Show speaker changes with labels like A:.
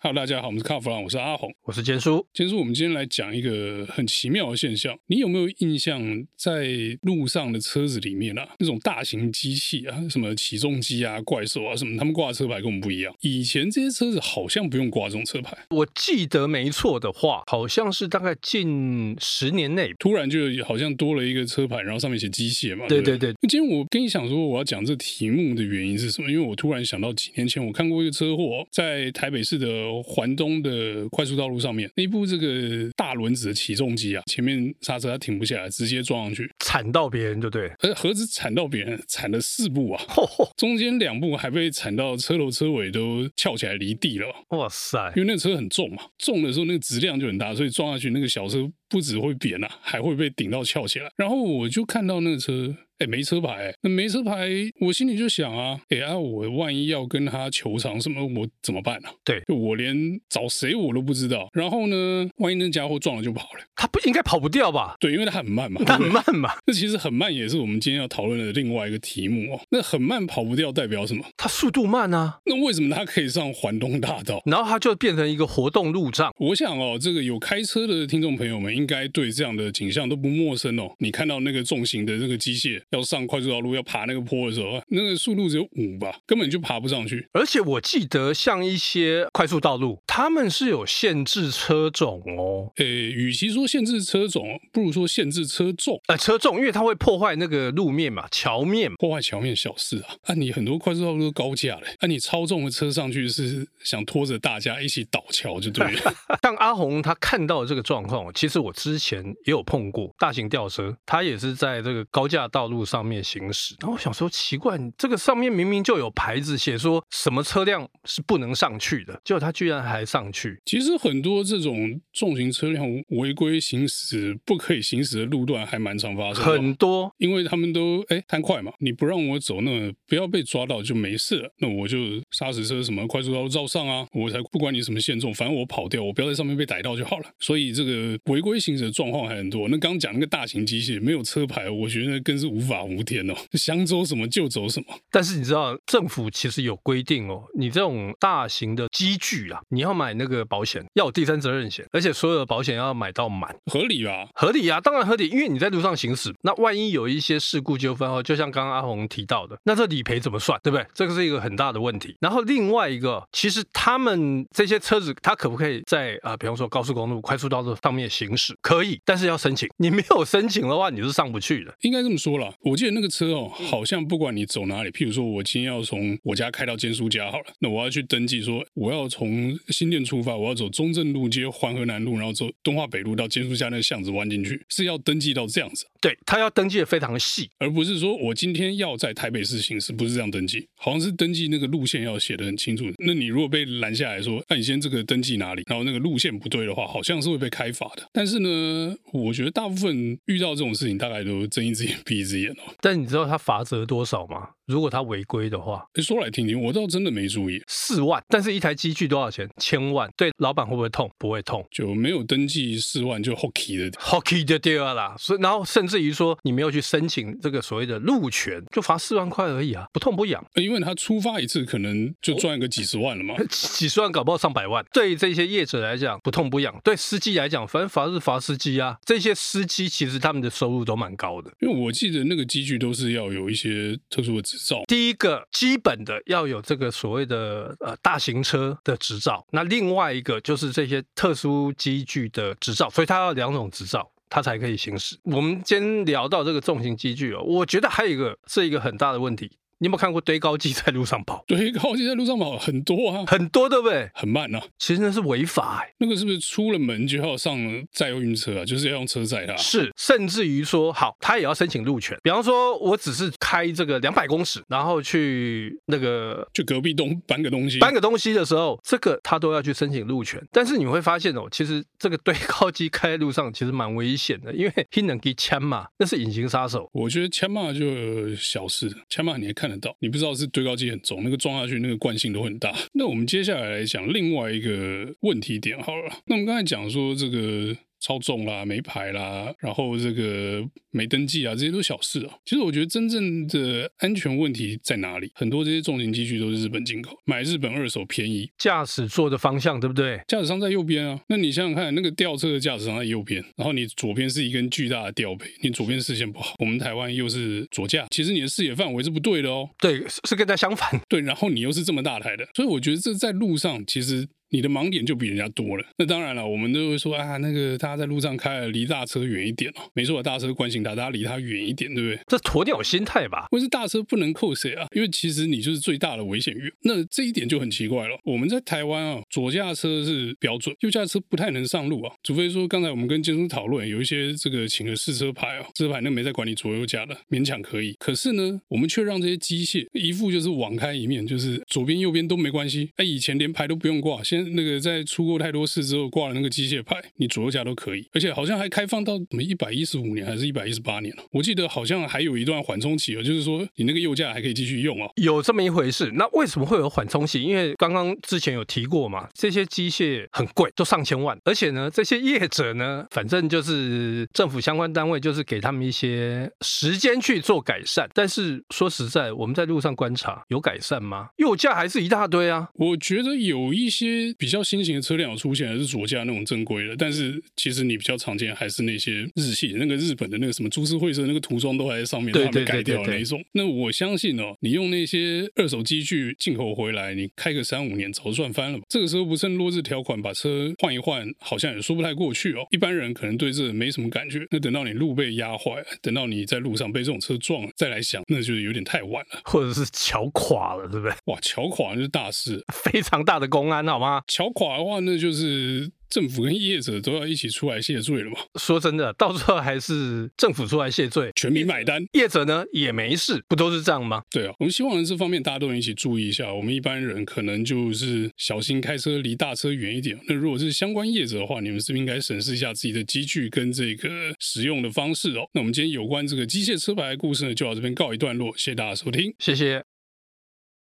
A: Hello，大家好，我们是卡弗朗，我是阿红。
B: 我是坚叔。
A: 今天说我们今天来讲一个很奇妙的现象，你有没有印象，在路上的车子里面啊，那种大型机器啊，什么起重机啊、怪兽啊什么，他们挂的车牌跟我们不一样。以前这些车子好像不用挂这种车牌，
B: 我记得没错的话，好像是大概近十年内，
A: 突然就好像多了一个车牌，然后上面写机械嘛。
B: 对
A: 对
B: 对
A: 不
B: 对，
A: 那今天我跟你想说，我要讲这题目的原因是什么？因为我突然想到几年前我看过一个车祸，在台北市的环东的快速道路上面，那一部这个大轮子的起重机啊，前面刹车它停不下来，直接撞上去，
B: 惨到别人，对不对？
A: 而盒子铲到别人，铲了四步啊，
B: 吼吼，
A: 中间两步还被铲到车头车尾都翘起来离地了。
B: 哇塞
A: 因！为那个车很重嘛，重的时候那个质量就很大，所以撞下去那个小车不只会扁啊，还会被顶到翘起来。然后我就看到那个车，哎，没车牌、那没车牌，我心里就想啊，哎啊，我万一要跟他求偿什么，我怎么办啊？
B: 对
A: 就我连找谁我都不知道。然后呢，万一那家伙撞了就跑了，
B: 他不应该跑不掉吧？
A: 对，因为他很慢嘛，
B: 那
A: 对不
B: 很
A: 对
B: 慢吧？
A: 那其实很慢也是我们今天要讨论的另外一个题目哦。那很慢跑不掉代表什么？
B: 他速度慢啊，
A: 那为什么他可以上环东大道？
B: 然后他就变成一个活动路障。
A: 我想哦，这个有开车的听众朋友们应该对这样的景象都不陌生哦。你看到那个重型的那个机械要上快速道路要爬那个坡的时候，那个速度只有五吧，根本就爬不上去。
B: 而且我记得，像一些快速道路，他们是有限制车种哦，
A: 呃，与其说限制车种，不如说限制车重，
B: 呃，车重，因为它会破坏那个路面嘛，桥面嘛。
A: 破坏桥面小事啊。啊，你很多快速道路都高架嘞，啊，你超重的车上去是想拖着大家一起倒桥就对了。
B: 像阿红他看到的这个状况，其实我之前也有碰过大型吊车，他也是在这个高架道路上面行驶。然后我想说，奇怪，这个上面明明就有牌子写说什么车辆是不能上去的，结果他居然还上去。
A: 其实很多这种重型车辆违规行驶、不可以行驶的路段还蛮常发生的哦，
B: 很多
A: 因为他们都哎贪快嘛，你不让我走，那不要被抓到就没事了，那我就砂石车什么快速道路照上啊，我才不管你什么限重，反正我跑掉，我不要在上面被逮到就好了。所以这个违规行驶的状况还很多。那刚讲那个大型机械没有车牌，我觉得更是无法无天哦， 想走什么就走什么。
B: 但是你知道，政府其实有规定哦，你这种大型的机具啊，你要买那个保险，要有第三责任险，而且所有的保险要买到满。
A: 合理吧？
B: 合理啊，当然合理，因为你在路上行驶，那万一有一些事故纠纷哦，就像刚刚阿红提到的，那这理赔怎么算，对不对？这个是一个很大的问题。然后另外一个，其实他们这些车子，它可不可以在啊、呃比方说高速公路、快速道路上面行驶？可以，但是要申请。你没有申请的话，你是上不去的。
A: 应该这么说啦，我记得那个车哦，好像不管你走哪里，譬如说我今天要从我家开到坚叔家好了，那我要去登记说我要从新店出发，我要走中正路接环河南路，然后走东华北路到坚叔家那个巷子弯进去，是要登记到这样子，
B: 对，它要登记的非常细，
A: 而不是说我今天要在台北市行驶，不是这样登记，好像是登记那个路线要写的很清楚。那你如果被拦下来说，那、你先这个登记哪里，然后那个路线不对的话，好像是会被开罚的。但是呢，我觉得大部分遇到这种事情，大概都睁一只眼闭一只眼哦。
B: 但你知道它罚则多少吗？如果它违规的话，
A: 诶说来听听，我倒真的没注意，
B: 四万，但是一台机具多少钱？千万。对，老板会不会痛？不会痛。
A: 就没有登记四万就 hockey 的。
B: hockey 的第二啦，所以然后甚至于说你没有去申请这个所谓的路权，就罚四万块而已啊，不痛不痒，
A: 因为他出发一次可能就赚个几十万了嘛，
B: 几十万搞不好上百万。对这些业者来讲不痛不痒，对司机来讲，反正罚是罚司机啊。这些司机其实他们的收入都蛮高的。
A: 因为我记得那个机具都是要有一些特殊的执照，
B: 第一个基本的要有这个所谓的呃大型车的执照，那另外一个就是这些特殊机具的执照，所以它要两种执照。它才可以行驶。我们今天聊到这个重型机具哦，我觉得还有一个是一个很大的问题。你有没有看过堆高机在路上跑？
A: 对，高级在路上跑很多啊，
B: 很多对不对？
A: 很慢啊。
B: 其实那是违法、哎
A: 那个是不是出了门就要上载运车啊？就是要用车载它、
B: 是，甚至于说，好，他也要申请路权。比方说，我只是开这个两百公尺，然后去那个
A: 就隔壁东搬个东西，
B: 搬个东西的时候，这个他都要去申请路权。但是你会发现哦，其实这个对高机开在路上其实蛮危险的，因为 hidden 给枪嘛，那是隐形杀手。
A: 我觉得枪骂就有小事，枪骂你也看得到，你不知道是堆高机很重，那个撞下去那个惯性都很大。那我们接下来来讲另外一个问题点好了，那我们刚才讲说这个。超重啦、没牌啦，然后这个没登记啊，这些都小事啊。其实我觉得真正的安全问题在哪里？很多这些重型机具都是日本进口，买日本二手便宜，
B: 驾驶座的方向，对不对？
A: 驾驶舱在右边啊。那你想想看，那个吊车的驾驶舱在右边，然后你左边是一根巨大的吊臂，你左边视线不好，我们台湾又是左驾，其实你的视野范围是不对的哦。
B: 对，是是跟它相反。
A: 对，然后你又是这么大台的，所以我觉得这在路上其实。你的盲点就比人家多了。那当然了，我们都会说啊，那个大家在路上开了，离大车远一点哦。没错，大车关心他，大家离他远一点，对不对？
B: 这鸵鸟心态吧？
A: 或是大车不能扣谁啊？因为其实你就是最大的危险源。那这一点就很奇怪了。我们在台湾啊，左驾车是标准，右驾车不太能上路啊，除非说刚才我们跟监督讨论，有一些这个请了试车牌啊，试车牌那没在管你左右驾的，勉强可以。可是呢，我们却让这些机械一副就是网开一面，就是左边右边都没关系。哎，以前连牌都不用挂，现在那个在出过太多事之后挂了那个机械牌，你左右驾都可以，而且好像还开放到什么一百一十五年还是一百一十八年了，我记得好像还有一段缓冲期哦，就是说你那个右驾还可以继续用哦。
B: 有这么一回事。那为什么会有缓冲期？因为刚刚之前有提过嘛，这些机械很贵，都上千万，而且呢，这些业者呢，反正就是政府相关单位，就是给他们一些时间去做改善。但是说实在，我们在路上观察，有改善吗？右驾还是一大堆啊。
A: 我觉得有一些比较新型的车辆有出现，还是左驾那种正规的，但是其实你比较常见还是那些日系，那个日本的那个什么株式会社那个涂装都还在上面，
B: 对
A: 他们
B: 对
A: 改
B: 对
A: 掉了
B: 对
A: 那一种。那我相信哦，你用那些二手机具进口回来，你开个三五年，早就赚翻了吧。这个时候不趁落日条款把车换一换，好像也说不太过去哦。一般人可能对这没什么感觉，那等到你路被压坏，等到你在路上被这种车撞了，再来想，那就是有点太晚了。
B: 或者是桥垮了，对不对？
A: 哇，桥垮那是大事，
B: 非常大的公安，好吗？
A: 桥垮的话，那就是政府跟业者都要一起出来谢罪了嘛，
B: 说真的，到最后还是政府出来谢罪，
A: 全民买单。
B: 业者呢也没事，不都是这样吗？
A: 对啊，我们希望这方面大家都能一起注意一下。我们一般人可能就是小心开车，离大车远一点。那如果是相关业者的话，你们是不是应该审视一下自己的机具跟这个使用的方式哦？那我们今天有关这个机械车牌的故事呢，就到这边告一段落，谢谢大家收听。
B: 谢谢。